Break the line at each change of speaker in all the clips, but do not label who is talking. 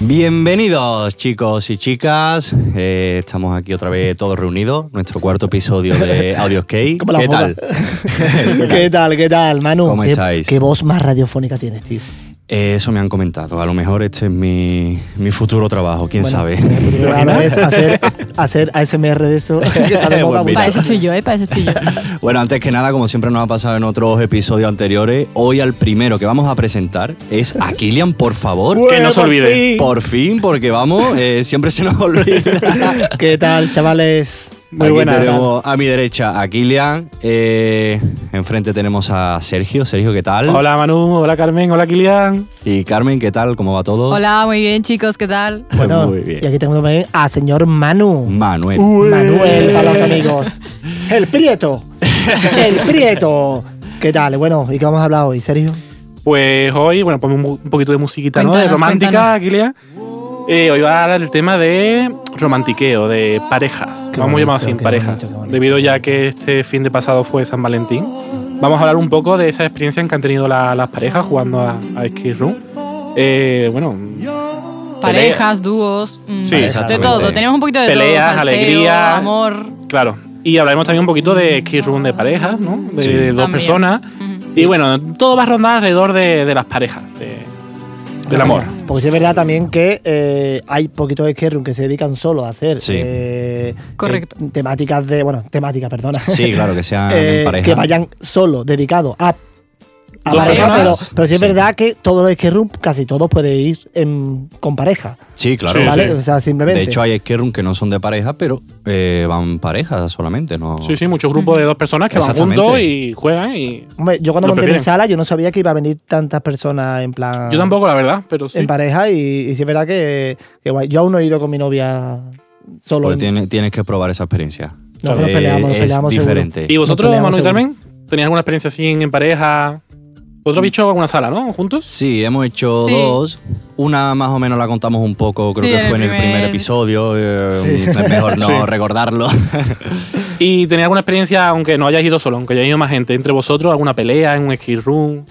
Bienvenidos chicos y chicas, Eh, estamos aquí otra vez todos reunidos, nuestro cuarto episodio de Audio ¿Qué
Como la
tal?
boda. ¿Qué tal, qué tal, Manu?
¿Cómo
¿Qué,
estáis?
qué voz más radiofónica tienes, tío?
Eh, Eso me han comentado, a lo mejor este es mi, mi futuro trabajo, quién
Bueno,
sabe.
me podría dar a veces hacer, hacer ASMR de eso. que está de moda
Buen
ahora.
Mira.
Para eso estoy yo, ¿eh? Para eso estoy yo.
Bueno, antes que nada, como siempre nos ha pasado en otros episodios anteriores, hoy al primero que vamos a presentar es a Kilian, por favor.
Que no se
por
olvide.
fin.
Por fin, porque vamos, eh, siempre se nos olvida.
¿Qué tal, chavales?
Muy
Aquí
buenas.
tenemos a mi derecha a Kilian, eh, enfrente tenemos a Sergio. Sergio, ¿qué
¿Eh?
tal?
Hola Manu, hola Carmen, hola Kilian.
Y Carmen, ¿qué tal? ¿Cómo va todo?
Hola, muy bien, chicos, ¿qué tal?
Pues
Bueno,
muy
y
bien.
aquí tenemos también a señor Manu.
Manuel.
Uh. Manuel para los amigos. El Prieto. El Prieto. ¿Qué tal? Bueno, ¿y qué vamos a hablar hoy, Sergio?
Pues hoy, bueno, ponme un, mu- un poquito de musiquita, ¿no? De
Cuéntanos,
romántica,
cuéntanos.
Kilian. Eh, hoy va a hablar el tema de romantiqueo, de parejas.
Qué
vamos a llamarlo
bonito,
así,
qué
parejas.
bonito, qué bonito.
Debido ya que este fin de pasado fue San Valentín, vamos a hablar un poco de esas experiencias que han tenido la- las parejas jugando a, a Skid Row. Eh, bueno,
Parejas, dúos. mm,
Sí,
de
exactamente.
todo. Tenemos un poquito de
Peleas,
todo. salseo,
alegría.
Amor.
claro. Y hablaremos también un poquito de Skid Row de parejas, ¿no? De,
Sí.
de dos
También.
personas.
Ujú.
Y bueno, todo va a rondar alrededor de, de las parejas, de- del amor.
Porque sí es verdad también que eh, hay poquitos Skirrum que se dedican solo a hacer
Sí.
eh,
Correcto.
eh, temáticas de. Bueno, temáticas, perdona.
Sí, claro, que sean
Eh,
en pareja.
que vayan solo, dedicados a, a
Dos
pareja, pero,
personas.
pero sí es
Sí.
verdad que todos los escape room, casi todos pueden ir en- con pareja.
Sí, claro.
Sí,
¿Vale?
sí.
O sea, simplemente.
De hecho, hay escape room que no son de pareja, pero eh, van parejas solamente, ¿no?
Sí, sí, muchos grupos de dos personas que van
Exactamente.
juntos y juegan y...
Hombre, yo cuando
lo
monté mi
prefieren.
sala, yo no sabía que iba a venir tantas personas en plan.
Yo tampoco, la verdad, pero sí.
Ah. En pareja, y, y sí es verdad que, que guay. Yo aún no he ido con mi novia solo.
Porque
en-
tiene- tienes que probar esa experiencia. Eh,
No, nos peleamos, nos
es
peleamos seguro.
diferente.
¿Y vosotros,
peleamos
Manu y
seguro.
Carmen, teníais alguna experiencia así en, en pareja? ¿Vosotros habéis hecho alguna sala, no? ¿Juntos?
Sí, hemos hecho
Sí.
dos. Una más o menos la contamos un poco, creo
Sí,
que
el
fue en el primer
primer-
episodio. eh,
Sí.
Es mejor no
Sí.
recordarlo.
¿Y tenéis alguna experiencia, aunque no hayáis ido solo, aunque hayáis ido más gente, entre vosotros, alguna pelea en un ski room?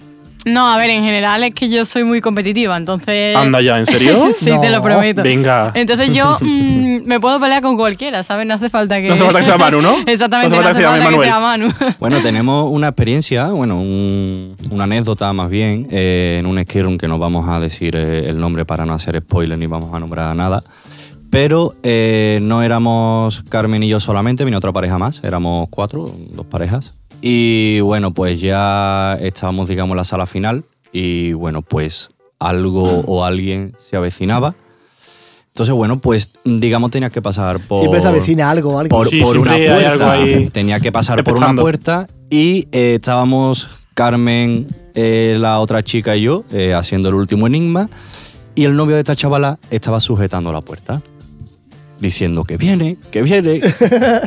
No, a ver, en general es que yo soy muy competitiva, entonces.
Anda ya, ¿en serio?
sí, te lo
No.
prometo.
Venga.
Entonces yo mm, me puedo pelear con cualquiera, ¿sabes? No hace falta que.
No hace falta que sea Manu, ¿no?
Exactamente, no hace falta, que sea Manu.
Bueno, tenemos una experiencia, bueno, un- una anécdota más bien, eh, en un escape room que no vamos a decir eh, el nombre para no hacer spoiler ni vamos a nombrar nada. Pero eh, no éramos Carmen y yo solamente, vino otra pareja más, éramos cuatro, dos parejas. Y bueno, pues ya estábamos, digamos, en la sala final y bueno, pues algo o alguien se avecinaba. Entonces, bueno, pues digamos tenías que pasar por
Siempre se avecina algo, algo.
por,
Sí,
por una
siempre hay
puerta.
algo ahí
Tenía que pasar por una
repechando.
puerta y eh, estábamos Carmen, eh, la otra chica y yo eh, haciendo el último enigma y el novio de esta chavala estaba sujetando la puerta diciendo que viene, que viene.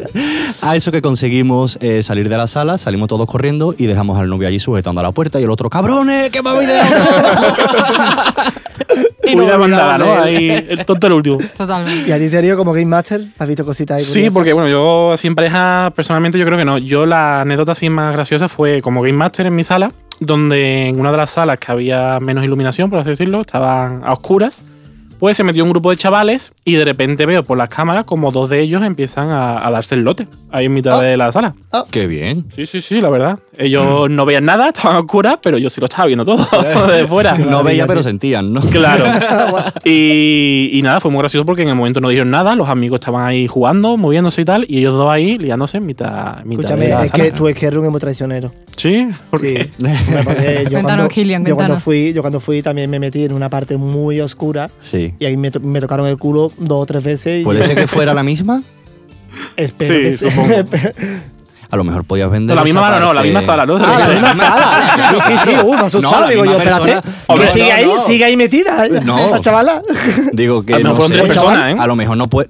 a eso que conseguimos eh, salir de la sala, salimos todos corriendo y dejamos al novio allí sujetando la puerta y el otro, cabrones, que me habéis dejado".
Uy, la bandada, ¿no? Ahí, el tonto el último.
Totalmente.
¿Y a ti, Sergio, como Game Master, has visto cositas ahí?
Sí,
curiosas?
porque bueno, yo así en pareja, personalmente yo creo que no. Yo la anécdota así más graciosa fue como Game Master en mi sala, donde en una de las salas que había menos iluminación, por así decirlo, estaban a oscuras. Pues se metió un grupo de chavales y de repente veo por las cámaras como dos de ellos empiezan a, a darse el lote ahí en mitad
Ah.
de la sala.
Qué bien.
Sí, sí, sí, la verdad. Ellos no veían nada, estaban a oscuras, pero yo sí lo estaba viendo todo de fuera.
No veía, pero sentían, ¿no?
Claro. y, y nada, fue muy gracioso porque en el momento no dijeron nada, los amigos estaban ahí jugando, moviéndose y tal, y ellos dos ahí liándose en mitad. en mitad de
Escúchame,
la
es
sala.
que tu escape room es muy traicionero.
Sí, porque
Sí. Hombre, porque yo
Cuéntanos,
cuando,
Kilian,
yo cuando
cuéntanos.
fui, yo cuando fui también me metí en una parte muy oscura
Sí.
y ahí me, to- me tocaron el culo dos o tres veces. y
¿Puede
yo
ser que fuera la misma?
Espero
Sí,
que sí.
supongo.
A lo mejor podías vender.
No, la
esa
misma mano no, la
parte.
misma sala, ¿no?
Ah, la misma sala. Sí, sí, sí. Uh, me asustaba.
No, la
Digo yo,
misma
espérate.
persona.
que
Hombre,
sigue
no,
ahí,
no.
sigue ahí metida. ¿eh?
No.
La chavala.
Digo que
A lo
no
mejor
sé.
tres
Pues, chaval,
personas, ¿eh?
A lo mejor no puede.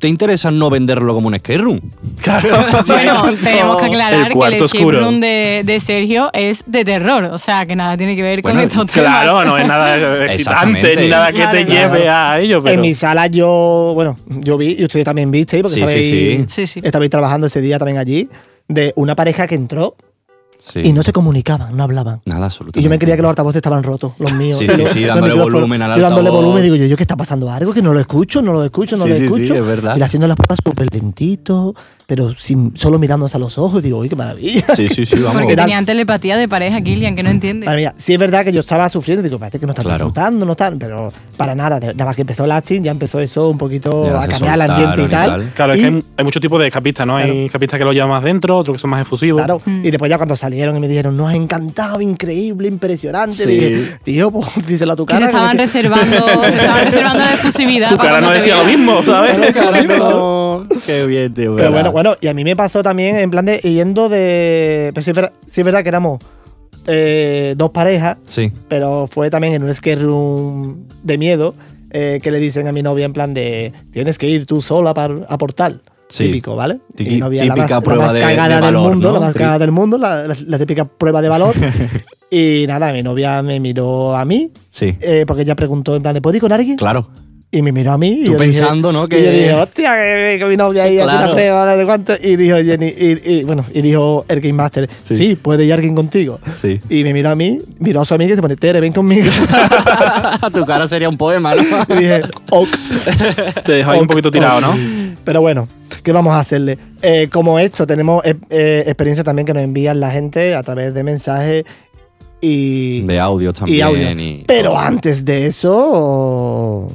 ¿te interesa no venderlo como un escape room?
Claro.
Bueno,
Tanto-
tenemos que
El
aclarar que el
cuarto
escape
oscuro.
room de, de Sergio es de terror, o sea, que nada tiene que ver con
Bueno,
estos temas.
Claro, no es nada excitante
Exactamente.
ni nada que
Claro,
te
claro.
lleve a ello, pero
En mi sala yo, bueno, yo vi, y ustedes también visteis, porque
Sí,
estabais,
sí, sí.
Sí, sí.
estabais trabajando ese día también allí, de una pareja que entró
Sí.
y no se comunicaban, no hablaban.
Nada, absolutamente.
Y yo me creía que los altavoces estaban rotos, los míos.
Sí,
Y
sí,
los-
sí,
los
dándole
micrófonos.
volumen al
Yo dándole
altavoz.
volumen, digo yo, yo que está pasando algo, que no lo escucho, no lo escucho, no
Sí,
lo
sí, sí,
escucho.
es verdad.
Y haciendo las pruebas súper lentito, pero sin, solo mirándose a los ojos, digo, uy, qué maravilla.
Sí, sí, sí, vamos.
Porque
¿Qué tal?
tenían telepatía de pareja, Gillian, que no entiende.
Madre mía, sí es verdad que yo estaba sufriendo, digo, parece que no están
Claro.
disfrutando, no están, pero para nada, de- nada más que empezó el acting, ya empezó eso un poquito
Ya
a
se
cambiar el ambiente y
soltaron
tal.
y tal.
claro, es
Y-
que hay, hay muchos tipos de escapistas, ¿no? Hay escapistas que lo llevan más dentro, otros que son más efusivos.
Claro,
Mm.
y después ya cuando salieron y me dijeron, nos ha encantado, increíble, impresionante,
Sí.
dije, tío, pues díselo a tu
que
cara.
se
que me
estaban
que-
reservando, se estaban reservando la efusividad.
Tu
para
cara no
cuando te
decía lo
vieran.
mismo, ¿sabes?
Qué bien, tío.
Pero bueno, bueno, y a mí me pasó también en plan de yendo de. Pero sí es verdad, sí es verdad que éramos eh, dos parejas,
Sí.
pero fue también en un escape room de miedo eh, que le dicen a mi novia en plan de tienes que ir tú sola par- a portal.
Sí.
Típico, ¿vale?
Tiqui-
Mi novia, la
típica
más- la
prueba
más
de-
cagada
de
del
valor,
mundo,
¿no?
la más
Sí.
cagada del mundo, la, la- la típica prueba de valor. y nada, mi novia me miró a mí
Sí.
eh, porque ella preguntó en plan de ¿puedo ir con alguien?
Claro.
Y me miró a mí. y
Tú
yo dije-
pensando, ¿no?
Y yo
que-
dije, hostia, que, que mi novia ahí hace
Claro.
una prueba, no sé cuánto. Y dijo Jenny, y, y, bueno, y dijo el Game Master,
Sí.
sí, puede ir alguien contigo.
Sí.
Y me miró a mí, miró a su amiga y se pone, Tere, ven conmigo.
tu cara sería un poema, ¿no?
y dije, ok.
Te dejó ahí un
Ok,
poquito tirado, ¿no?
ok. Pero bueno, ¿qué vamos a hacerle? Eh, como esto, tenemos eh, eh, experiencia también que nos envían la gente a través de mensajes y,
De audio también.
y audio.
y-
Pero antes de eso...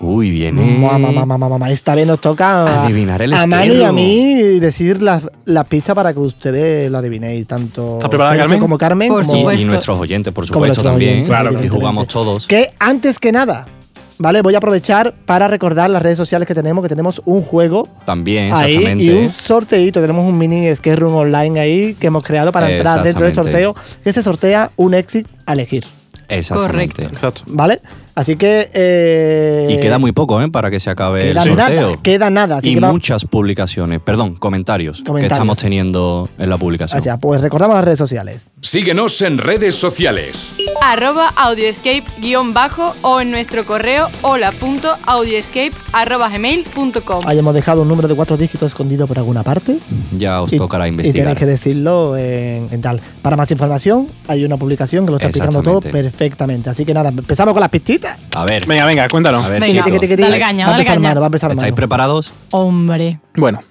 Uy, viene.
Mamá, mamá, mamá, mamá. Esta vez nos toca
Eh, Adivinar el
a Manu y
esquerdo.
a mí decir las las pistas para que ustedes lo adivinéis. Tanto
¿Estás preparada,
Sergio
Carmen?
como Carmen.
Por
como-
Y- Y,
supuesto.
nuestros oyentes, por
como
supuesto,
nuestros
también.
oyentes,
Claro,
que
evidentemente.
jugamos todos.
Que antes que nada, ¿vale? Voy a aprovechar para recordar las redes sociales que tenemos, que tenemos un juego
También,
ahí
exactamente.
y un sorteito. Tenemos un mini escape room online ahí que hemos creado para entrar dentro del
Exactamente.
sorteo, que se sortea un exit a elegir,
Exactamente.
Correcto.
Exacto.
¿vale? Así que... eh,
Y queda muy poco, ¿eh? Para que se acabe
queda
el sorteo.
nada, queda nada. Así
y
que va-
muchas publicaciones, perdón, comentarios, que
Comentarios.
estamos teniendo en la publicación.
o sea, pues recordamos las redes sociales.
Síguenos en redes sociales.
Arroba audioescape-bajo o en nuestro correo hola.audioescape.gmail.com
hayamos dejado un número de cuatro dígitos escondido por alguna parte.
Ya os
y-
tocará
Y tenéis
investigar.
que decirlo en, en tal. Para más información, hay una publicación que lo está explicando todo
Exactamente.
perfectamente. Así que nada, empezamos con las pistitas.
A ver,
Venga, venga, cuéntanos.
a ver,
Venga.
chicos.
Tiqui, tiqui, Dale caña,
va a
dale
empezar
caña.
mano, va a empezar
¿Estáis
mano.
preparados?
Hombre.
Bueno,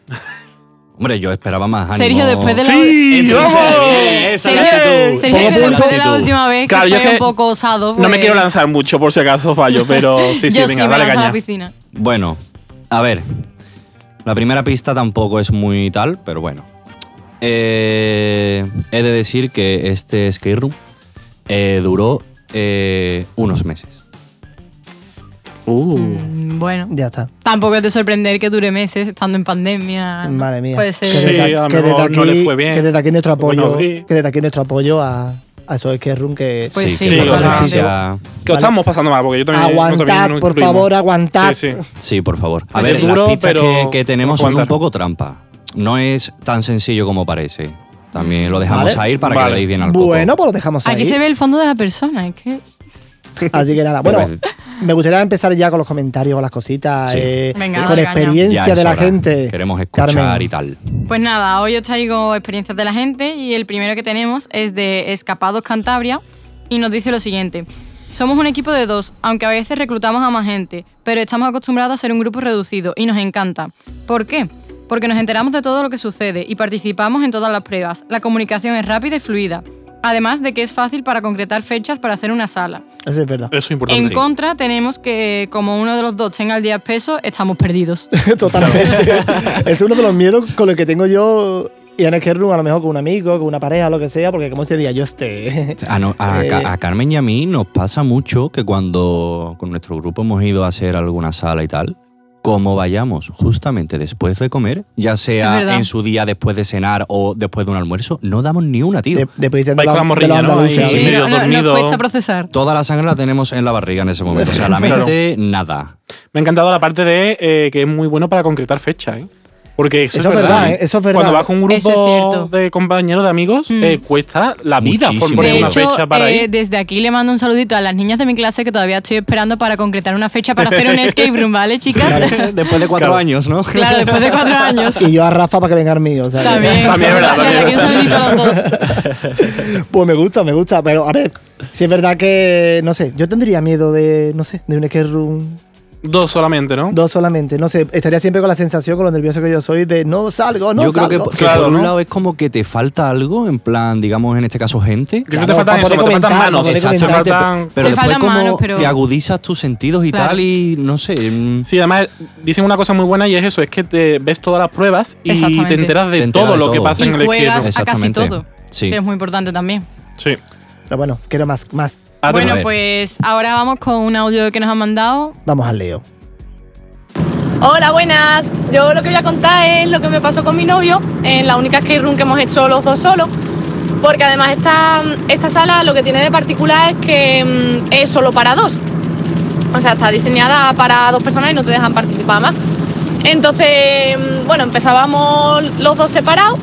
Hombre, yo esperaba más ánimo.
Sergio, después de la...
Sí,
Entonces,
vamos.
bien, esa es la
Sergio,
actitud.
Sergio,
Esa es la
después de la
actitud.
última vez que
Claro, yo
fue
es que
un poco osado,
no me
pues,
quiero lanzar mucho por si acaso fallo, pero sí, sí,
yo
venga,
sí, me
dale
lanzo a la
caña.
piscina.
Bueno, a ver. La primera pista tampoco es muy tal, pero bueno. Eh, he de decir que este skate room eh, duró eh, unos meses.
Uh,
Mm, Bueno,
Ya está.
tampoco es de sorprender que dure meses estando en pandemia. Ah, ¿no?
Madre mía.
Puede
Que
ser.
Sí,
desde-
a lo
que desde
mejor no
aquí-
le fue bien.
Que desde aquí nuestro apoyo,
Bueno, sí.
que desde aquí nuestro apoyo a, a esos escape room que...
Pues sí,
que por
totalmente.
desgracia-
que os estamos pasando mal, porque yo también. nosotros también
aguantad,
Pues, no
por
incluimos.
favor, aguantad.
Sí, sí.
Sí, por favor. A
Pues
ver,
seguro,
las pistas
pero
que, que tenemos son un
aguantar.
poco trampa. No es tan sencillo como parece. También lo dejamos
Vale.
a ir para que
Vale.
le deis bien al coco.
Bueno, pues lo dejamos ahí.
Aquí se ve el fondo de la persona, es que...
Así que nada, bueno,
Pero
me gustaría empezar ya con los comentarios, con las cositas,
Sí.
eh,
Venga,
con
dale caña.
experiencia
Ya
de
es
la
hora.
gente.
Queremos escuchar
Carmen.
y tal.
Pues nada, hoy os traigo experiencias de la gente y el primero que tenemos es de Escapados Cantabria y nos dice lo siguiente. Somos un equipo de dos, aunque a veces reclutamos a más gente, pero estamos acostumbrados a ser un grupo reducido y nos encanta. ¿Por qué? Porque nos enteramos de todo lo que sucede y participamos en todas las pruebas. La comunicación es rápida y fluida. Además de que es fácil para concretar fechas para hacer una sala.
Eso es verdad.
Eso es importante.
En contra tenemos que como uno de los dos tenga el día peso, estamos perdidos.
Totalmente. es uno de los miedos con los que tengo yo y en el que room, a lo mejor con un amigo, con una pareja, lo que sea, porque como ese día yo esté.
A, no- a-
Eh.
a- a Carmen y a mí nos pasa mucho que cuando con nuestro grupo hemos ido a hacer alguna sala y tal, como vayamos justamente después de comer, ya
Es
sea
verdad.
en su día después de cenar o después de un almuerzo, no damos ni una, tío.
de- después dicen de
Vais
la-
con la
de
morriña,
la
¿no?
andaluza.
Ahí. Sí, medio
no- no- nos
dormido.
cuesta procesar.
Toda la sangre la tenemos en la barriga en ese momento. O sea, la
Claro.
mente, nada.
Me ha encantado la parte de eh, que es muy bueno para concretar fecha, ¿eh? Porque eso,
Eso es verdad, ¿eh? Eso es verdad.
Cuando vas con un
Eso es
grupo
cierto.
de compañeros, de amigos,
Mm.
eh, cuesta la vida por
Muchísimo.
poner
De
una
hecho,
fecha para
eh,
ir.
desde aquí le mando un saludito a las niñas de mi clase que todavía estoy esperando para concretar una fecha para hacer un escape room, ¿vale, chicas?
Después de cuatro
Claro.
años, ¿no?
claro, después de cuatro años.
Y yo a Rafa para que venga el mío. o sea, que-
También.
También es verdad,
Vale,
también
aquí
es
un saludito a los dos.
Pues me gusta, me gusta. Pero a ver, si es verdad que, no sé, yo tendría miedo de, no sé, de un escape room
Dos solamente, ¿no?
dos solamente. No sé, estaría siempre con la sensación, con lo nervioso que yo soy, de no salgo, no
Yo creo que,
salgo.
que
Claro,
por un
¿no?
lado es como que te falta algo, en plan, digamos, en este caso, gente.
Yo creo que
Claro,
te faltan,
para poder
eso, te faltan
comentar,
manos.
para poder
te
comentar.
Exactamente.
faltan-
Pero
Te
después
faltan
como
manos, pero-
te agudizas tus sentidos y
Claro.
tal, y no sé. mm,
Sí, además dicen una cosa muy buena y es eso, es que te ves todas las pruebas y te
Exactamente.
enteras de
Te enteras
todo
de
lo que
todo.
pasa
Y
en el izquierdo.
juegas a casi
Exactamente.
todo.
Sí.
Que es muy importante también.
Sí.
Pero bueno, quiero más, más.
Ah,
bueno,
ver.
pues ahora vamos con un audio que nos han mandado.
Vamos al Leo.
Hola, buenas. Yo lo que voy a contar es lo que me pasó con mi novio en la única skate room que hemos hecho los dos solos. Porque además esta, esta sala lo que tiene de particular es que mm, es solo para dos. O sea, está diseñada para dos personas y no te dejan participar más. Entonces, mm, bueno, empezábamos los dos separados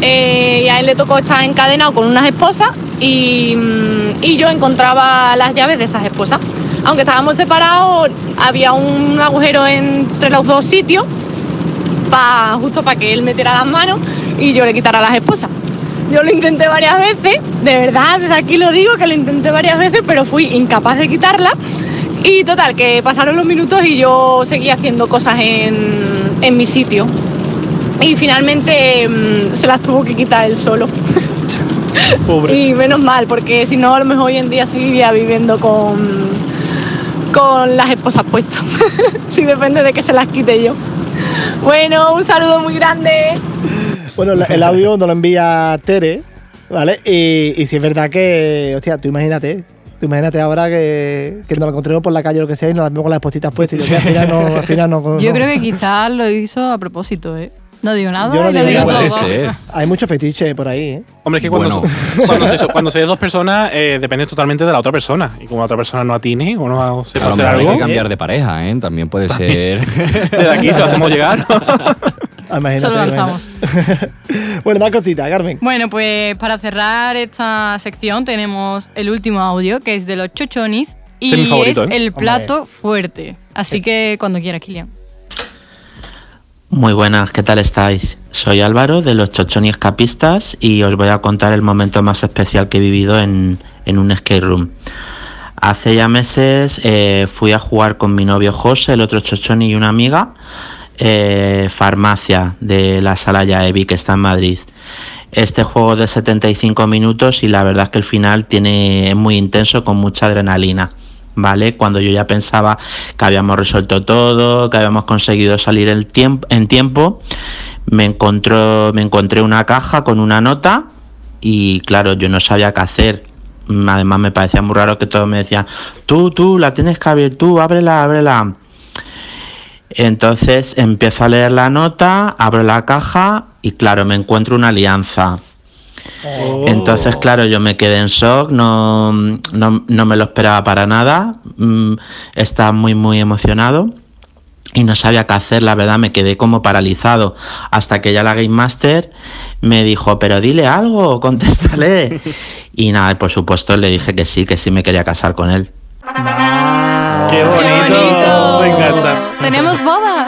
eh, y a él le tocó estar encadenado con unas esposas y, mm, y yo encontraba las llaves de esas esposas. Aunque estábamos separados, había un agujero entre los dos sitios pa- justo para que él metiera las manos y yo le quitara las esposas. Yo lo intenté varias veces, de verdad, desde aquí lo digo que lo intenté varias veces, pero fui incapaz de quitarla. Y total, que pasaron los minutos y yo seguía haciendo cosas en, en mi sitio. Y finalmente mm, se las tuvo que quitar él solo.
Pobre.
Y menos mal, porque si no, a lo mejor hoy en día seguiría viviendo con, con las esposas puestas. si depende de que se las quite yo. Bueno, un saludo muy grande.
Bueno, la- el audio nos lo envía Tere, ¿vale? Y, y si es verdad que, hostia, tú imagínate, tú imagínate ahora que, que nos lo encontremos por la calle o lo que sea y nos la vemos con las espositas puestas. Y al final no. Al final no
Yo
no.
creo que quizás lo hizo a propósito, ¿eh? No digo nada,
Yo no
lo
digo
digo
nada.
todo.
Puede ser.
Hay mucho fetiche por ahí, ¿eh?
Hombre, es que cuando,
Bueno.
cuando, se, cuando se es dos personas, eh, depende totalmente de la otra persona. Y como la otra persona no atine o no se
A
va a
lo mejor
hacer
hay que
algo,
cambiar de pareja, ¿eh? También puede ser.
desde aquí se lo hacemos llegar.
Ah, Imagínate.
Solo
imagínate.
lanzamos.
Bueno, más cositas, Carmen.
Bueno, pues para cerrar esta sección tenemos el último audio, que es de los chochonis. Y
Este es mi favorito,
es
¿eh?
el plato fuerte. Así que cuando quieras, Kilian.
Muy buenas, ¿qué tal estáis? Soy Álvaro de los Chochoni Escapistas y os voy a contar el momento más especial que he vivido en, en un skate room. Hace ya meses eh, fui a jugar con mi novio José, el otro Chochoni y una amiga, eh, Farmacia de la sala Yaevi que está en Madrid. Este juego de 75 minutos y la verdad es que el final tiene es muy intenso con mucha adrenalina. ¿Vale? Cuando yo ya pensaba que habíamos resuelto todo, que habíamos conseguido salir el tiemp- en tiempo, me, encontró, me encontré una caja con una nota y claro, yo no sabía qué hacer. Mm, Además me parecía muy raro que todos me decían, tú, tú, la tienes que abrir, tú, ábrela, ábrela. Entonces empiezo a leer la nota, abro la caja y claro, me encuentro una alianza. Entonces, claro, yo me quedé en shock, no, no, no me lo esperaba para nada, mm, estaba muy, muy emocionado y no sabía qué hacer, la verdad me quedé como paralizado hasta que ya la Game Master me dijo, pero dile algo, contéstale. y nada, y por supuesto le dije que sí, que sí me quería casar con él.
¡Qué bonito! Me encanta.
¡Tenemos boda!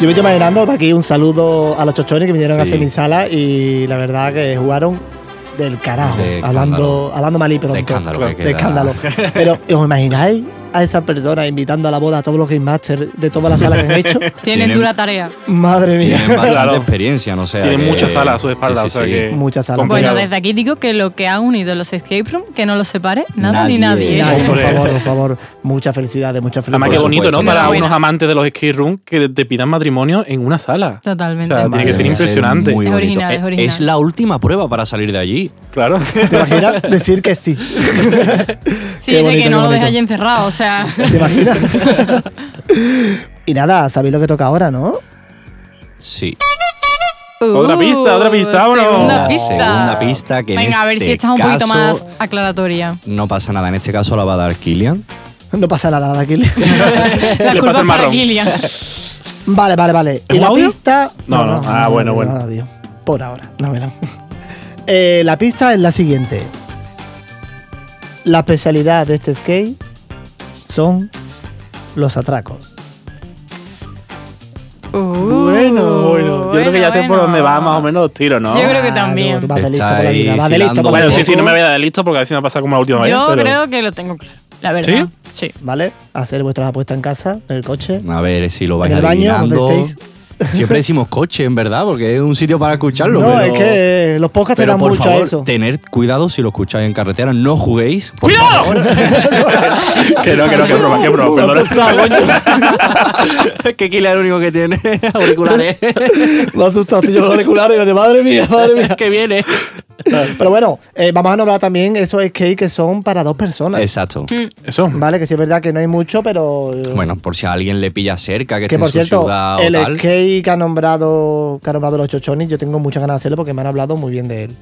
Yo me estoy imaginando de aquí un saludo a los chochones que vinieron a
Sí.
hacer mi sala y la verdad que jugaron del carajo.
De
hablando, hablando mal y pronto.
de escándalo.
Claro,
que
de
queda.
escándalo. Pero, ¿os imagináis a esa persona invitando a la boda a todos los Game Masters de todas las salas que han hecho?
Tienen
Tienen-
dura tarea.
Madre mía.
Tienen bastante
Claro.
experiencia, no sé.
Tienen muchas alas a su espalda, o sea que-
Muchas salas.
Complicado.
Bueno, desde aquí digo que lo que ha unido los escape room, que no los separe nada ni
Nadie.
nadie. ¿eh?
Nadie, por
Hombre.
favor, por favor. Muchas felicidades, muchas
Además, qué
felicidades.
bonito, ¿no?
supuesto.
Para
Enhorabuena.
unos amantes de los skate room que te pidan matrimonio en una sala.
Totalmente.
O sea, tiene que
Madre
ser
mía,
impresionante.
muy
Es
bonito.
original, es
Eh,
original.
es la última prueba para salir de allí.
Claro.
¿Te imaginas decir que sí?
Sí,
Qué
de
bonito, qué
que no lo
bonito.
dejes allí encerrado, o sea.
¿Te imaginas? y nada, sabéis lo que toca ahora, ¿no?
Sí.
Otra
Uh,
pista, otra pista, vámonos.
Segunda
La
pista.
segunda pista, que en
Venga, a ver
este
si esta es un poquito
caso-
más aclaratoria.
No pasa nada. En este caso la va a dar Killian.
No pasa nada, nada, Kili.
La culpa es
Le pasa el
para
marrón.
Kilian.
Vale, vale, vale.
¿Es
¿Y
un
la
audio?
pista?
No, no. Ah, bueno,
no,
bueno.
no, tío. Por ahora, no, no. Eh, la pista es la siguiente. La especialidad de este skate son los atracos.
Uh,
Bueno, bueno. Yo creo que ya sé por dónde va más o menos los tiros, ¿no?
Yo creo que
Ah,
también.
luego Tú vas de listo
Está
por la vida.
ahí
Vas de listo por la
Bueno,
silando.
vida.
sí, sí, no me voy a dar listo porque a ver si me pasa como la última vez.
Yo
pero-
creo que lo tengo claro, la verdad. Sí.
¿Vale? Hacer vuestras apuestas en casa, en el coche.
A ver si lo vais
En el baño,
adivinando.
donde
Siempre decimos coche, en verdad, porque es un sitio para escucharlo.
no,
pero,
es que los podcasts te
pero
dan
por
mucho a
favor,
eso.
tener cuidado si lo escucháis en carretera. No juguéis. por
¡Cuidado!
favor.
que no, que no, que broma, que broma, perdona.
que Kila es el único que tiene auriculares.
Me ha asustado, tío, los auriculares. digo, Madre mía, madre mía.
que viene.
Pero bueno, eh, vamos a nombrar también esos skates que son para dos personas.
Exacto.
Eso.
Vale, que sí es verdad que no hay mucho, pero. eh,
Bueno, por si a alguien le pilla cerca, que,
que
esté
por
en su
cierto,
ciudad o
el
tal.
skate que ha nombrado que ha nombrado los chochonis, yo tengo muchas ganas de hacerlo porque me han hablado muy bien de él,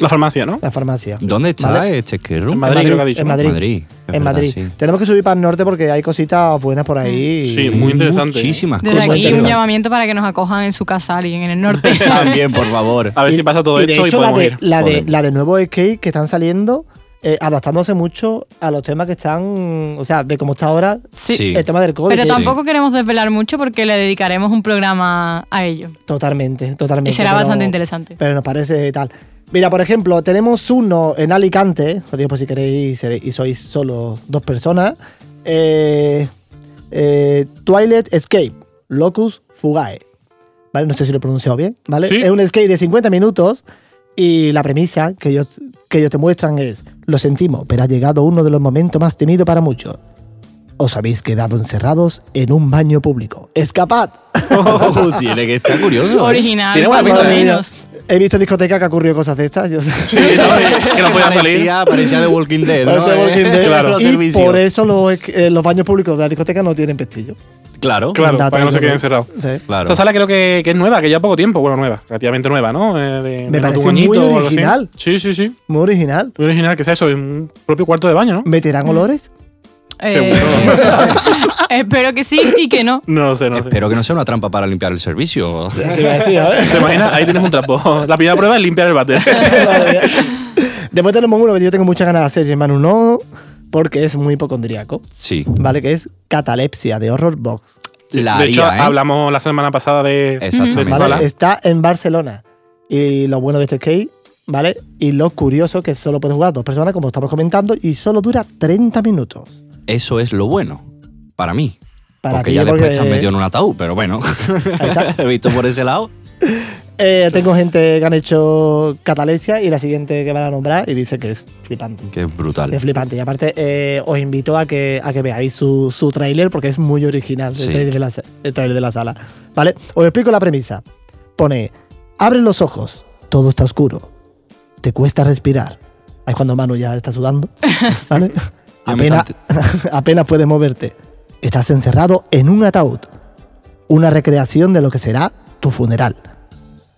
La farmacia, ¿no?
la farmacia.
¿Dónde está
Vale.
este skate room?
En Madrid, creo que ha dicho,
En
¿no?
Madrid.
Madrid, es
en
verdad,
Madrid.
sí.
Tenemos que subir para el norte porque hay cositas buenas por ahí.
Sí, muy interesante.
Muchísimas
Desde
cosas.
aquí un
interesante.
llamamiento para que nos acojan en su casa alguien en el norte.
También, por favor.
A ver si pasa todo
y de
esto y
hecho, la
podemos
de,
ir.
La de,
Podemos.
la de nuevos skate que están saliendo, eh, adaptándose mucho a los temas que están, o sea, de cómo está ahora
Sí.
el tema del COVID.
Pero
que-
tampoco queremos desvelar mucho porque le dedicaremos un programa a ello.
Totalmente, totalmente.
Y será
pero-
bastante interesante.
Pero nos parece tal. Mira, por ejemplo, tenemos uno en Alicante, os digo por si queréis seréis- y sois solo dos personas. eh, eh, Twilight Escape, Locus Fugae. ¿Vale? No sé si lo he pronunciado bien, ¿vale?
Sí.
Es un escape de 50 minutos y la premisa que ellos, que ellos te muestran es, lo sentimos, pero ha llegado uno de los momentos más temidos para muchos. Os habéis quedado encerrados en un baño público. ¡Escapad!
Uh, tiene que estar curioso.
Original,
Tiene buena
cuanto
pinta,
Madre mía.
menos.
He visto discotecas que ha ocurrido cosas de estas. Yo sé.
Sí, no, eh, que no podía salir.
parecía, parecía de Walking Dead, ¿no?
Parece Walking Dead.
Claro. Los
y
servicios.
por eso los, eh, los baños públicos de la discoteca no tienen pestillo.
Claro.
Claro,
Dato
para que no se
ahí,
queden
¿no?
encerrados.
Sí.
claro.
Esta sala creo que, que es nueva, que ya poco tiempo. Bueno, nueva, relativamente nueva, ¿no? Eh, de-
Me
menos de
parece
un
muy
añito o algo así.
original.
Sí, sí, sí.
Muy original.
Muy original, que sea eso, en un propio cuarto de baño, ¿no?
¿Meterán olores?
Eh, espero que sí y que no.
No lo sé, no lo sé.
Espero que no sea una trampa para limpiar el servicio.
¿Te imaginas? Ahí tienes un trapo. La primera prueba es limpiar el bate.
Después tenemos uno que yo tengo muchas ganas de hacer, y hermano, no, porque es muy hipocondríaco.
Sí.
¿Vale? Que es catalepsia de Horror Box.
La
de hecho,
haría, ¿eh?
hablamos la semana pasada de.
Exactamente.
de esta
Pues ¿Vale?
sala. Eh,
Está en Barcelona. Y lo bueno de este skate, ¿vale? Y lo curioso que solo puedes jugar dos personas, como estamos comentando, y solo dura 30 minutos.
Eso es lo bueno. Para mí.
Para
porque
ti,
ya después
porque-
te has metido en un ataúd, pero bueno. He visto por ese lado.
Eh, tengo gente que han hecho catalepsia y la siguiente que van a nombrar y dice que es flipante.
Que es brutal.
Es flipante. Y aparte, eh, os invito a que, a que veáis su, su tráiler porque es muy original
Sí.
el, tráiler de la, sa- el tráiler de la sala. ¿Vale? Os explico la premisa. Pone, abren los ojos, todo está oscuro, te cuesta respirar. Ahí es cuando Manu ya está sudando. ¿Vale?
Ya me
apenas, apenas puedes moverte. Estás encerrado en un ataúd. Una recreación de lo que será tu funeral.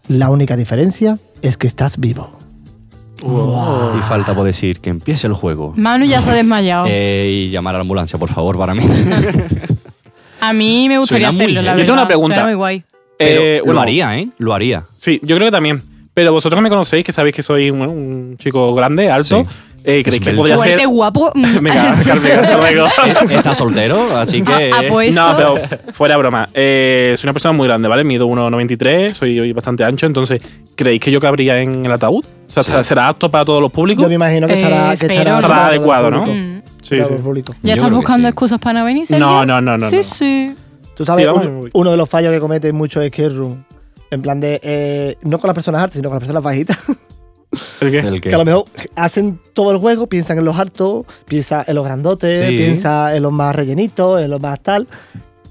La única diferencia es que estás vivo.
Y falta por decir que empiece el juego.
Manu ya se ha desmayado.
Eh, y llamar a la ambulancia, por favor, para mí.
Eh,
a mí me gustaría
suena muy
hacerlo,
bien.
la
Yo
verdad.
tengo una pregunta.
Suena muy guay.
Pero
Eh,
lo
bueno,
haría, ¿eh? Lo haría.
Sí, yo creo que también. Pero vosotros me conocéis, que sabéis que soy bueno, un chico grande, alto.
Sí.
Eh, ¿Creéis que
Esbelto.
podría
Fuerte,
ser.
guapo. mm,
Venga, Carmen, hasta luego.
Está soltero, así
Ah,
que.
pues,
a- eh, apuesto.
No, pero fuera broma. Eh, soy una persona muy grande, ¿vale? Mido 1,93, soy bastante ancho, entonces, ¿creéis que yo cabría en el ataúd? O sea,
Sí.
¿será- ¿será apto para todos los públicos?
Yo me imagino que
Eh,
estará, que
espero.
estará,
Estará
para todo el
adecuado, ¿no?
público.
mm.
Sí,
Para
sí.
el público.
Yo
¿Ya
creo
estás
que
buscando
sí.
excusas para no venir, Sergio?
No, no, no, no,
Sí,
no.
sí.
Tú sabes,
Sí, vamos,
un-
voy.
uno de los fallos que comete mucho es que room. En plan de, eh, no con las personas altas, sino con las personas bajitas.
¿El qué?
El que-
Que a lo mejor hacen todo el juego, piensan en los altos, piensan en los grandotes,
Sí.
piensan en los más rellenitos, en los más tal,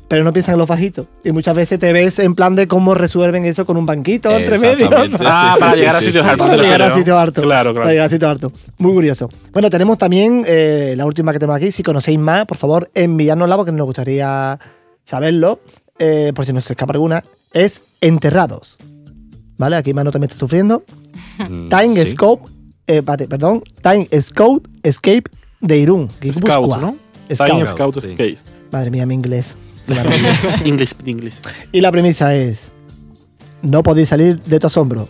pero no piensan en los bajitos. Y muchas veces te ves en plan de cómo resuelven eso con un banquito entre medio.
Exactamente,
Ah,
sí,
para
sí,
llegar
sí,
a
sí,
sitios
sí.
altos.
Para
Claro,
llegar a
claro.
sitio harto.
Claro, claro.
Para llegar a sitio harto. Muy curioso. Bueno, tenemos también eh, la última que tenemos aquí. Si conocéis más, por favor, enviárnosla porque nos gustaría saberlo. eh, por si nos escapa alguna. Es Enterrados. ¿Vale? Aquí Manu también está sufriendo.
Mm,
Time
sí.
Scope. eh, pate- perdón. Time Scope Escape de Irún.
Scout,
Guipúzcoa.
¿no? Flying
Scout.
Scout
sí.
Space.
Madre mía, mi inglés. Qué maravilla.
English, English.
y la premisa es: No podéis salir de tu asombro.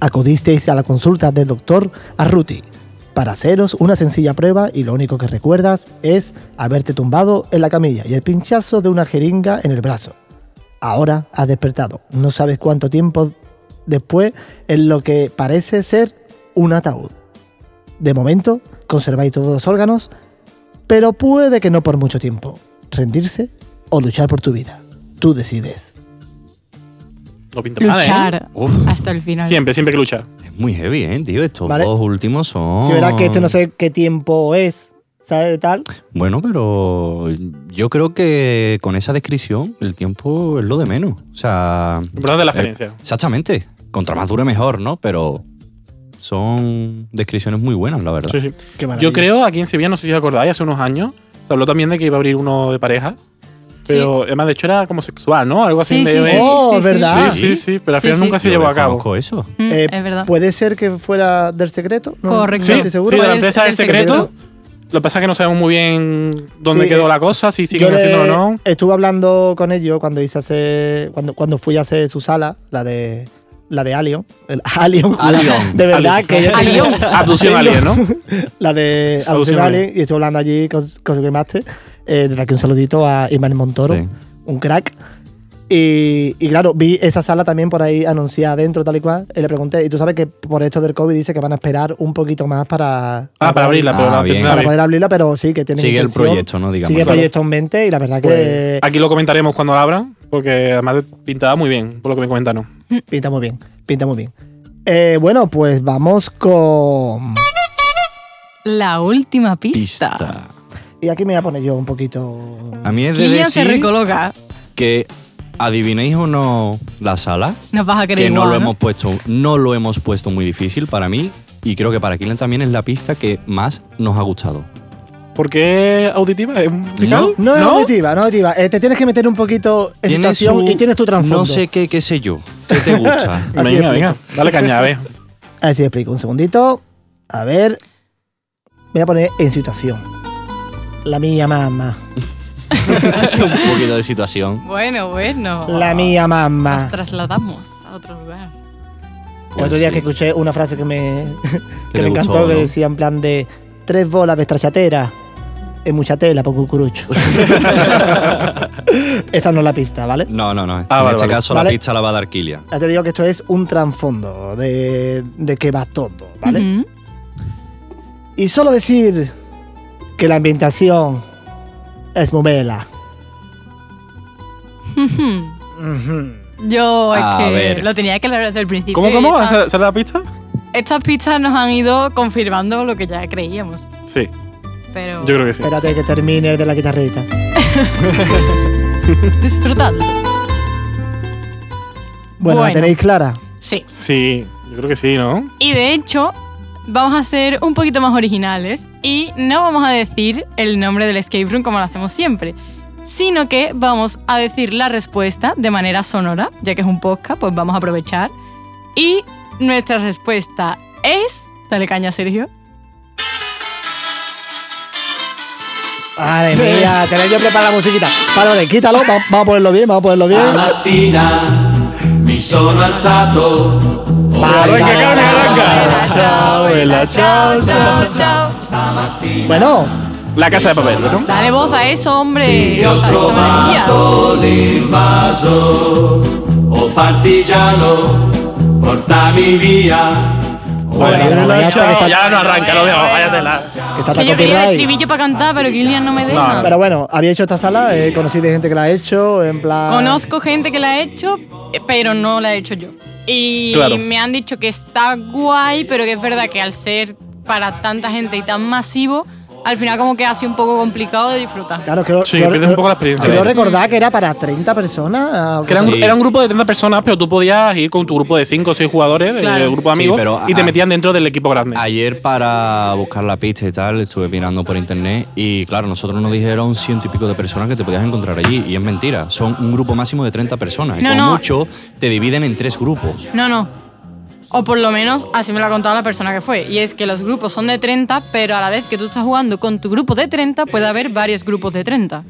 Acudisteis a la consulta del doctor Arruti para haceros una sencilla prueba y lo único que recuerdas es haberte tumbado en la camilla y el pinchazo de una jeringa en el brazo. Ahora has despertado. No sabes cuánto tiempo después en lo que parece ser un ataúd. De momento, conserváis todos los órganos, pero puede que no por mucho tiempo. Rendirse o luchar por tu vida. Tú decides.
No pinta mal, ¿eh?
Luchar
Uf.
hasta el final.
Siempre, siempre hay que luchar.
Es muy heavy, ¿eh, tío? Estos
Vale.
dos últimos son.
Si verás que este
Oh.
no sé qué tiempo es, ¿sabes? Tal.
Bueno, pero yo creo que con esa descripción el tiempo es lo de menos. O sea.
Lo importante es la
eh,
experiencia.
exactamente. Contra más dure mejor, ¿no? Pero son descripciones muy buenas, la verdad.
Sí, sí.
Qué maravilla.
Yo creo, aquí en Sevilla, no sé si os acordáis, hace unos años, se habló también de que iba a abrir uno de pareja. Pero además, de hecho, era como sexual, ¿no? Algo
Sí,
así medio
sí,
de.
sí,
Oh,
sí, sí,
¿verdad?
Sí, sí, sí, pero al
Sí,
final
sí.
nunca se
Yo
llevó a cabo.
desconozco eso.
sí. Mm,
Eh,
es verdad.
Puede ser que fuera del secreto. No, no
Correcto.
pues, Sí,
estoy
sí,
seguro.
de la
Del-
empresa del
del secreto.
secreto. Lo que pasa es que no sabemos muy bien dónde
Sí,
quedó
eh,
la cosa, si
Yo
siguen
le-
haciendo o no.
estuve hablando con ellos cuando hice hacer, cuando, cuando fui a hacer su sala, la de la de Alien, el Alien,
Alien.
de verdad
Alien.
que ellos tenían-
Alien.
Abducción alien, ¿no?
la de Abducción
Abducción Alien.
Alien, y estuve hablando allí con, con su Game Master, eh, desde aquí un saludito a Iman Montoro,
Sí.
un crack. Y, y claro, vi esa sala también por ahí anunciada adentro, tal y cual. Y le pregunté, y tú sabes que por esto del COVID dice que van a esperar un poquito más para.
Ah, para abrirla, pero
Ah,
la
bien.
intentan
Para
abrir.
poder abrirla, pero sí que tiene
Sigue el proyecto, ¿no? Digamos.
Sigue el
Claro.
proyecto en mente y la verdad que
Aquí lo comentaremos cuando la abran, porque además pintaba muy bien, por lo que me comentaron.
pinta muy bien, pinta muy bien. Eh, bueno, pues vamos con...
La última pista.
Pista.
Y aquí me voy a poner yo un poquito...
A mí es de
Kilian se
decir
recoloca.
que adivinéis o no la sala,
Nos vas a creer
que no
igual,
lo
¿no?
hemos puesto, no lo hemos puesto muy difícil para mí y creo que para Kylian también es la pista que más nos ha gustado.
¿Por qué auditiva? ¿Es musical?
No es auditiva, no es auditiva. Eh, te tienes que meter un poquito en
Tiene
situación
su-
y tienes tu trasfondo.
No sé qué, qué sé yo. ¿Qué te gusta?
Así
Venga,
explico.
venga, dale caña, a ver.
A ver si explico un segundito. A ver. Voy a poner en situación. La mía mamá.
Un poquito de situación.
Bueno, bueno.
Ah.
La mía mamá.
Nos trasladamos a otro lugar.
El otro
Pues
día
sí.
que escuché una frase que me,
Que
que me
te
encantó,
gustó,
que
¿no?
decía en plan de tres bolas de estrachatera en mucha tela por cucurucho. Esta no es la pista, ¿vale?
No, no, no. en
Ah, vale,
este
vale.
caso
Vale.
la pista la va a dar Kylian.
Ya te digo que esto es un trasfondo de, de que va todo, ¿vale?
Ujú.
Y solo decir que la ambientación es muy mela.
Yo es
A
que
ver.
lo tenía que hablar desde el principio.
¿Cómo,
y
cómo?
esta-
¿Sale la pista?
estas pistas nos han ido confirmando lo que ya creíamos.
Sí,
Pero
yo creo que sí.
Espérate que termine el de la guitarrita.
disfrutad.
Bueno, ¿la
Bueno.
tenéis clara?
Sí.
Sí, yo creo que sí, ¿no?
Y de hecho, vamos a ser un poquito más originales y no vamos a decir el nombre del escape room como lo hacemos siempre, sino que vamos a decir la respuesta de manera sonora, ya que es un podcast, pues vamos a aprovechar. Y nuestra respuesta es... Dale caña, Sergio.
Madre mía, tenéis que preparar la musiquita. Para, vale, quítalo, va- vamos, a ponerlo bien, vamos a ponerlo bien.
Ah,
mattina mi sono alzato
Arranca, arranca, arranca. Chao, vela, chao, chao.
chao.
Bueno,
La casa de papel, ¿no?
Dale voz a eso, hombre. a esa maravilla.
l'invaso o partigiano portami via
Bueno, la
Vela,
mañana
chao.
que está-
Ya no arranca, lo dejo,
Bueno,
váyatela.
que está hasta
Que yo quería el
copyright.
estribillo para cantar, pero Kilian no me deja.
No.
Pero bueno, había hecho esta sala, eh, conocí de gente que la ha hecho, en plan...
Conozco gente que la ha hecho, eh, pero no la he hecho yo. Y
Claro.
me han dicho que está guay, pero que es verdad que al ser para tanta gente y tan masivo, al final como que ha sido un poco complicado de disfrutar.
Claro, creo,
Sí,
creo-
pierde un poco la experiencia.
creo
A ver.
recordar que era para 30 personas. ah,
Que era, un,
Sí.
era un grupo de 30 personas, pero tú podías ir con tu grupo de 5 o 6 jugadores, de-
Claro.
del grupo de
Sí,
amigos,
pero,
y te
ah,
metían dentro del equipo grande.
Ayer para buscar la pista y tal, estuve mirando por internet y claro, nosotros nos dijeron ciento y pico de personas que te podías encontrar allí y es mentira, son un grupo máximo de 30 personas y
No,
como
no.
mucho te dividen en tres grupos.
No, no. O por lo menos así me lo ha contado la persona que fue. Y es que los grupos son de 30, pero a la vez que tú estás jugando con tu grupo de 30, puede haber varios grupos de 30.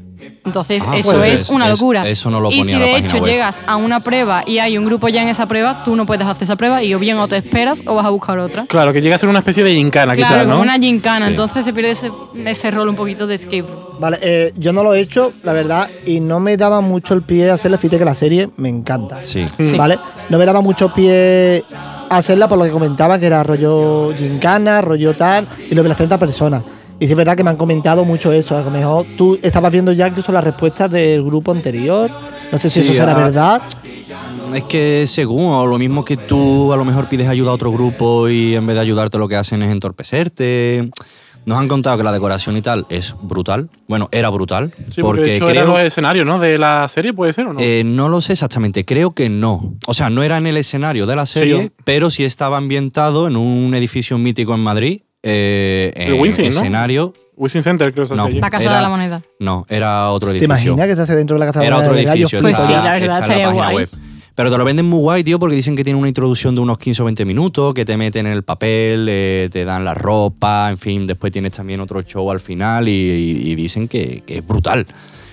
Entonces,
Ah,
eso
pues,
es una
es-
locura.
eso no lo
y
ponía
si
la
de
página
hecho
web.
llegas a una prueba y hay un grupo ya en esa prueba, tú no puedes hacer esa prueba y o bien o te esperas o vas a buscar otra.
Claro, que llega a ser una especie de
Claro,
gincana, quizás,
como
¿no?
una gincana,
Sí.
entonces se pierde ese, ese rol un poquito de escape. room.
Vale, eh, yo no lo he hecho, la verdad, y no me daba mucho el pie hacerla, fíjate que la serie me encanta.
Sí.
Sí.
Mm. ¿Vale? No me daba mucho pie hacerla por lo que comentaba, que era rollo gincana, rollo tal, y lo de las 30 personas. Y sí es verdad que me han comentado mucho eso. A lo mejor tú estabas viendo ya incluso las respuestas del grupo anterior. No sé si
Sí,
eso será
ah,
verdad.
Es que según, o lo mismo que tú a lo mejor pides ayuda a otro grupo y en vez de ayudarte lo que hacen es entorpecerte. Nos han contado que la decoración y tal es brutal. Bueno, era brutal.
Sí, porque,
porque
de hecho
creo.
era los escenarios, ¿no? De la serie, puede ser, ¿o no?
Eh, no lo sé exactamente, creo que no. O sea, no era en el escenario de la serie,
Sí.
pero sí estaba ambientado en un edificio mítico en Madrid. eh,
El
en
Wisin, ¿no?
escenario.
Wisin Center, creo que
No,
es
La Casa de
era-
la Moneda.
No, era otro
¿Te
edificio.
imaginas que estás dentro de la casa
Era
de
otro
Gallo
edificio.
flipa?
Pues sí, la verdad,
está en
estaría
página
guay.
web. Pero te lo venden muy guay, tío, porque dicen que tiene una introducción de unos 15 o 20 minutos, que te meten en el papel, eh, te dan la ropa, en fin, después tienes también otro show al final y, y- y dicen que, que es brutal.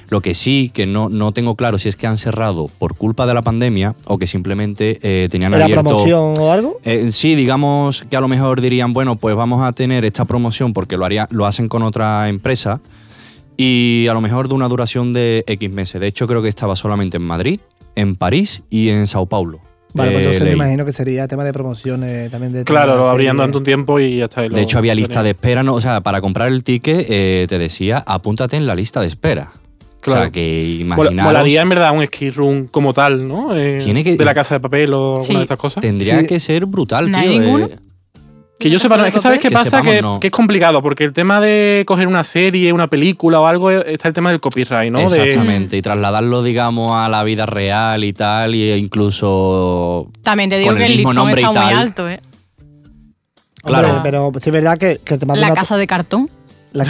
Lo que sí, que no, no tengo claro si es que han cerrado por culpa de la pandemia o que simplemente eh, tenían
¿Era
abierto...
promoción o algo?
Eh, sí, digamos que a lo mejor dirían, bueno, pues vamos a tener esta promoción porque lo, haría, lo hacen con otra empresa y a lo mejor de una duración de X meses. De hecho, creo que estaba solamente en Madrid, en París y en Sao Paulo.
Vale, pues
Eh,
entonces me
leí.
imagino que sería tema de promociones también de.
Claro, lo abrían
abriendo
durante un tiempo y ya está. y lo-
De hecho, había
lo
lista de
tenían.
espera, no, o sea, para comprar el ticket eh, te decía, apúntate en la lista de espera. O sea,
Claro.
que
Mola-
imaginaros,
Molaría en verdad un ski room como tal, ¿no? Eh,
Tiene que-
de la casa de papel o
Sí.
alguna de estas cosas.
tendría
Sí.
que ser brutal,
¿No
tío.
hay
eh.
ninguno?
Que yo
¿Casa
sepa, no,
de
es que sabes qué
papel?
Que
pasa,
sepamos,
que,
no.
que es complicado, porque el tema de coger una serie, una película o algo, eh, está el tema del copyright, ¿no? De-
Exactamente, y trasladarlo, digamos, a la vida real y tal, e incluso
También te digo
Con el
que el
mismo
listón
nombre y
está muy
tal.
alto, ¿eh?
Claro.
Claro.
pero sí es verdad que, que el tema de
La
una-
casa de cartón.
La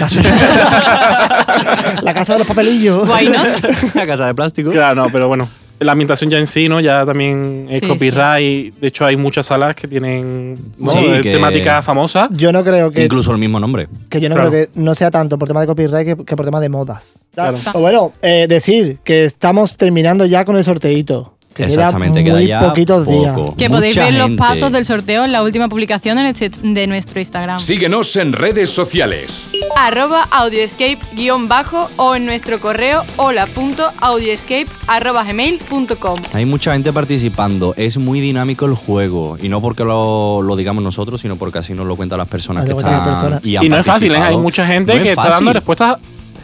casa. la casa de los papelillos.
Why not?
la casa de plástico.
Claro, no, pero bueno. La ambientación ya en sí, ¿no? Ya también es
Sí,
copyright. De hecho, hay muchas salas que tienen ¿no?
Sí,
Eh,
que-
temáticas famosas.
Yo no creo que.
Incluso el mismo nombre.
que yo no
Claro.
creo que no sea tanto por tema de copyright que, que por tema de modas.
Claro.
O bueno, eh, decir que estamos terminando ya con el sorteíto. Que
Exactamente,
queda
queda
muy
ya
poquitos
poco.
días.
Que podéis
Mucha
ver los
gente.
pasos del sorteo en la última publicación en el chat de nuestro Instagram.
Síguenos en redes sociales.
Arroba audioescape-bajo o en nuestro correo hola.audioescape.gmail.com
Hay mucha gente participando, es muy dinámico el juego y no porque lo, lo digamos nosotros, sino porque así nos lo cuentan las personas
Ah,
Así
que
lo cuentan
están
las personas.
y han
Y no es fácil, ¿eh? Hay
participado.
mucha gente
No es
que está
fácil.
dando respuestas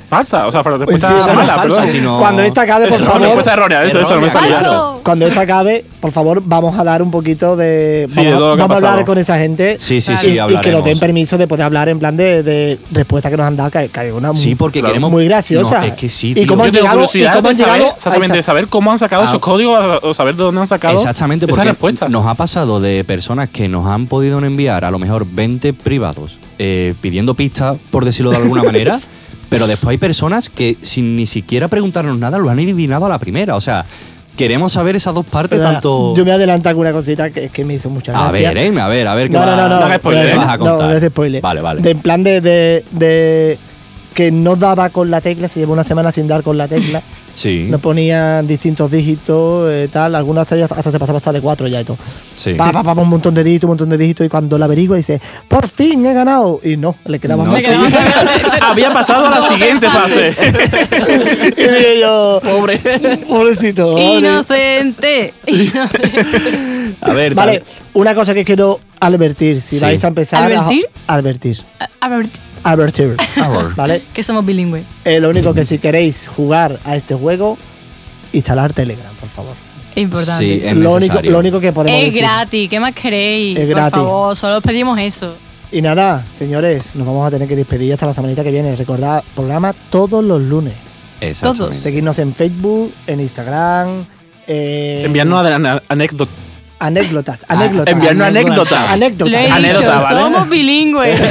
falsas. O sea, pero
Pues sí,
respuestas
eso no es
malas,
falso,
perdón.
si no-
Cuando esta acabe, por
Eso, no,
favor.
respuesta errónea, eso, eso, no me
Errónea.
salía.
¡Falso!
Cuando esto acabe, por favor, vamos a dar un poquito de.
Sí,
vamos
de todo lo que ha
vamos a hablar
pasado.
con esa gente.
Sí, sí,
y-
sí,
y, que nos
hablaremos.
den permiso de poder hablar en plan de, de respuesta que nos han dado, que, que hay una
Sí, porque
Claro.
queremos
muy graciosa.
No, es que sí,
Y
tío.
cómo
Yo
han
tengo
llegado. Y
curiosidad
cómo
de
han
saber,
llegado.
exactamente, de
ahí está.
saber cómo han sacado
Ah.
esos códigos o saber de dónde han sacado
Exactamente,
esas
porque
respuestas.
nos ha pasado de personas que nos han podido enviar a lo mejor 20 privados eh, pidiendo pistas, por decirlo de alguna manera, pero después hay personas que sin ni siquiera preguntarnos nada lo han adivinado a la primera. O sea, queremos saber esas dos partes,
Perdona,
tanto...
Yo me adelanto alguna cosita que, que me hizo mucha gracia.
A ver, eh, a ver, a ver. ¿qué
No,
va-
no, no, no.
hagas spoiler,
no,
¿eh?
vas a
no,
contar?
no es de spoiler.
Vale, vale.
De, en plan de, de, de que no daba con la tecla, se llevó una semana sin dar con la tecla.
sí,
Nos ponían distintos dígitos, eh, tal. Algunos hasta, ya- hasta se pasaba hasta de cuatro ya y todo.
sí.
Pa, pa, pa, pa, un montón de dígitos, un montón de dígitos. Y cuando la averigua dice, por fin he ganado. Y no, le quedaba
No,
más.
Me quedaba
sí.
también-
Había pasado a la
Dos
siguiente
fases.
fase.
y dije yo,
Pobre.
pobrecito. pobre".
Inocente. Inocente.
A ver,
Vale,
tal-
una cosa que quiero advertir. Si
Sí.
vais a empezar
¿Advertir?
a. Advertir.
A ver, t-
Advertir.
Advert.
¿Vale?
que somos bilingües.
Eh, lo único que si queréis jugar a este juego, instalar Telegram, por favor.
Es importante.
Sí, Es
lo, único,
necesario.
lo único que podemos
Es
decir.
gratis, ¿qué más queréis?
Es
Por
gratis.
favor, solo os pedimos eso.
Y nada, señores, nos vamos a tener que despedir hasta la semanita que viene. Recordad, programa todos los lunes.
Exactamente.
Seguidnos en Facebook, en Instagram. eh,
Enviarnos ane- anécdotas.
anécdotas. Anécdotas.
Enviarnos
anécdotas.
anécdotas.
Lo
Anécdotas.
he dicho,
Anécdota, ¿vale?
somos bilingües.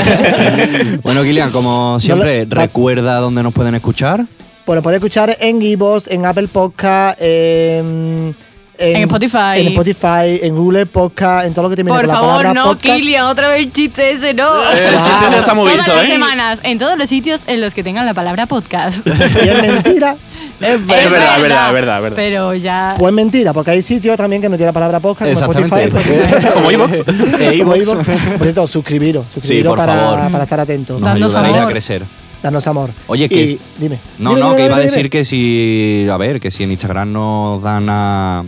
Bueno, Kilian, como siempre,
lo-
recuerda dónde nos
Pues
pueden escuchar.
Bueno, podéis escuchar en Gibos, en Apple Podcast, en, en,
En Spotify.
En Spotify, en Google Podcast, en todo lo que termine
Por
con la
favor,
palabra
no,
podcast.
Kilian, otra vez el chiste ese, no.
Eh, El chiste no está movido,
Todas las
¿eh?
semanas, en todos los sitios en los que tengan la palabra podcast.
Y es mentira.
Es
verdad, es verdad, es verdad, es verdad.
Pero ya.
Pues es mentira, porque hay sitios también que no tiene la palabra podcast, como
Exactamente.
Spotify. Spotify.
Como iVoox.
E
Como
iVoox.
iVoox. Por cierto, suscribiros. suscribiros
por
para,
favor.
para estar atentos.
Nos
Dadnos
ayudaréis a
amor.
crecer.
Danos amor.
Oye, que-
Y- dime.
No,
Dime,
no,
dime,
que iba a
dime,
decir
dime.
que si. A ver, que si en Instagram nos dan a,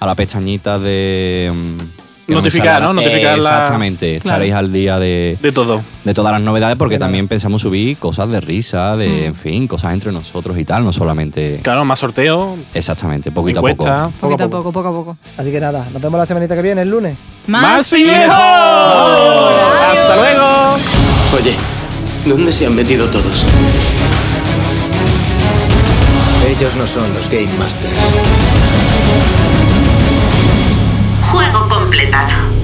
a la pestañita de. mm, que me
Notificar,
sale
¿no?
ahora.
Notificar la-
Exactamente. Estaréis al día de,
De todo.
de todas las novedades porque también pensamos subir cosas de risa, de,
Mm.
en fin, cosas entre nosotros y tal, no solamente.
Claro, más sorteo,
Exactamente, poquito a poco.
encuesta, poco a
Poquito a
poco.
poco, poco a poco.
Así que nada, nos vemos la semanita que viene, el lunes.
¡Más y mejor! ¡Hasta luego!
Oye, ¿dónde se han metido todos? Ellos no son los Game Masters.
Juego completado.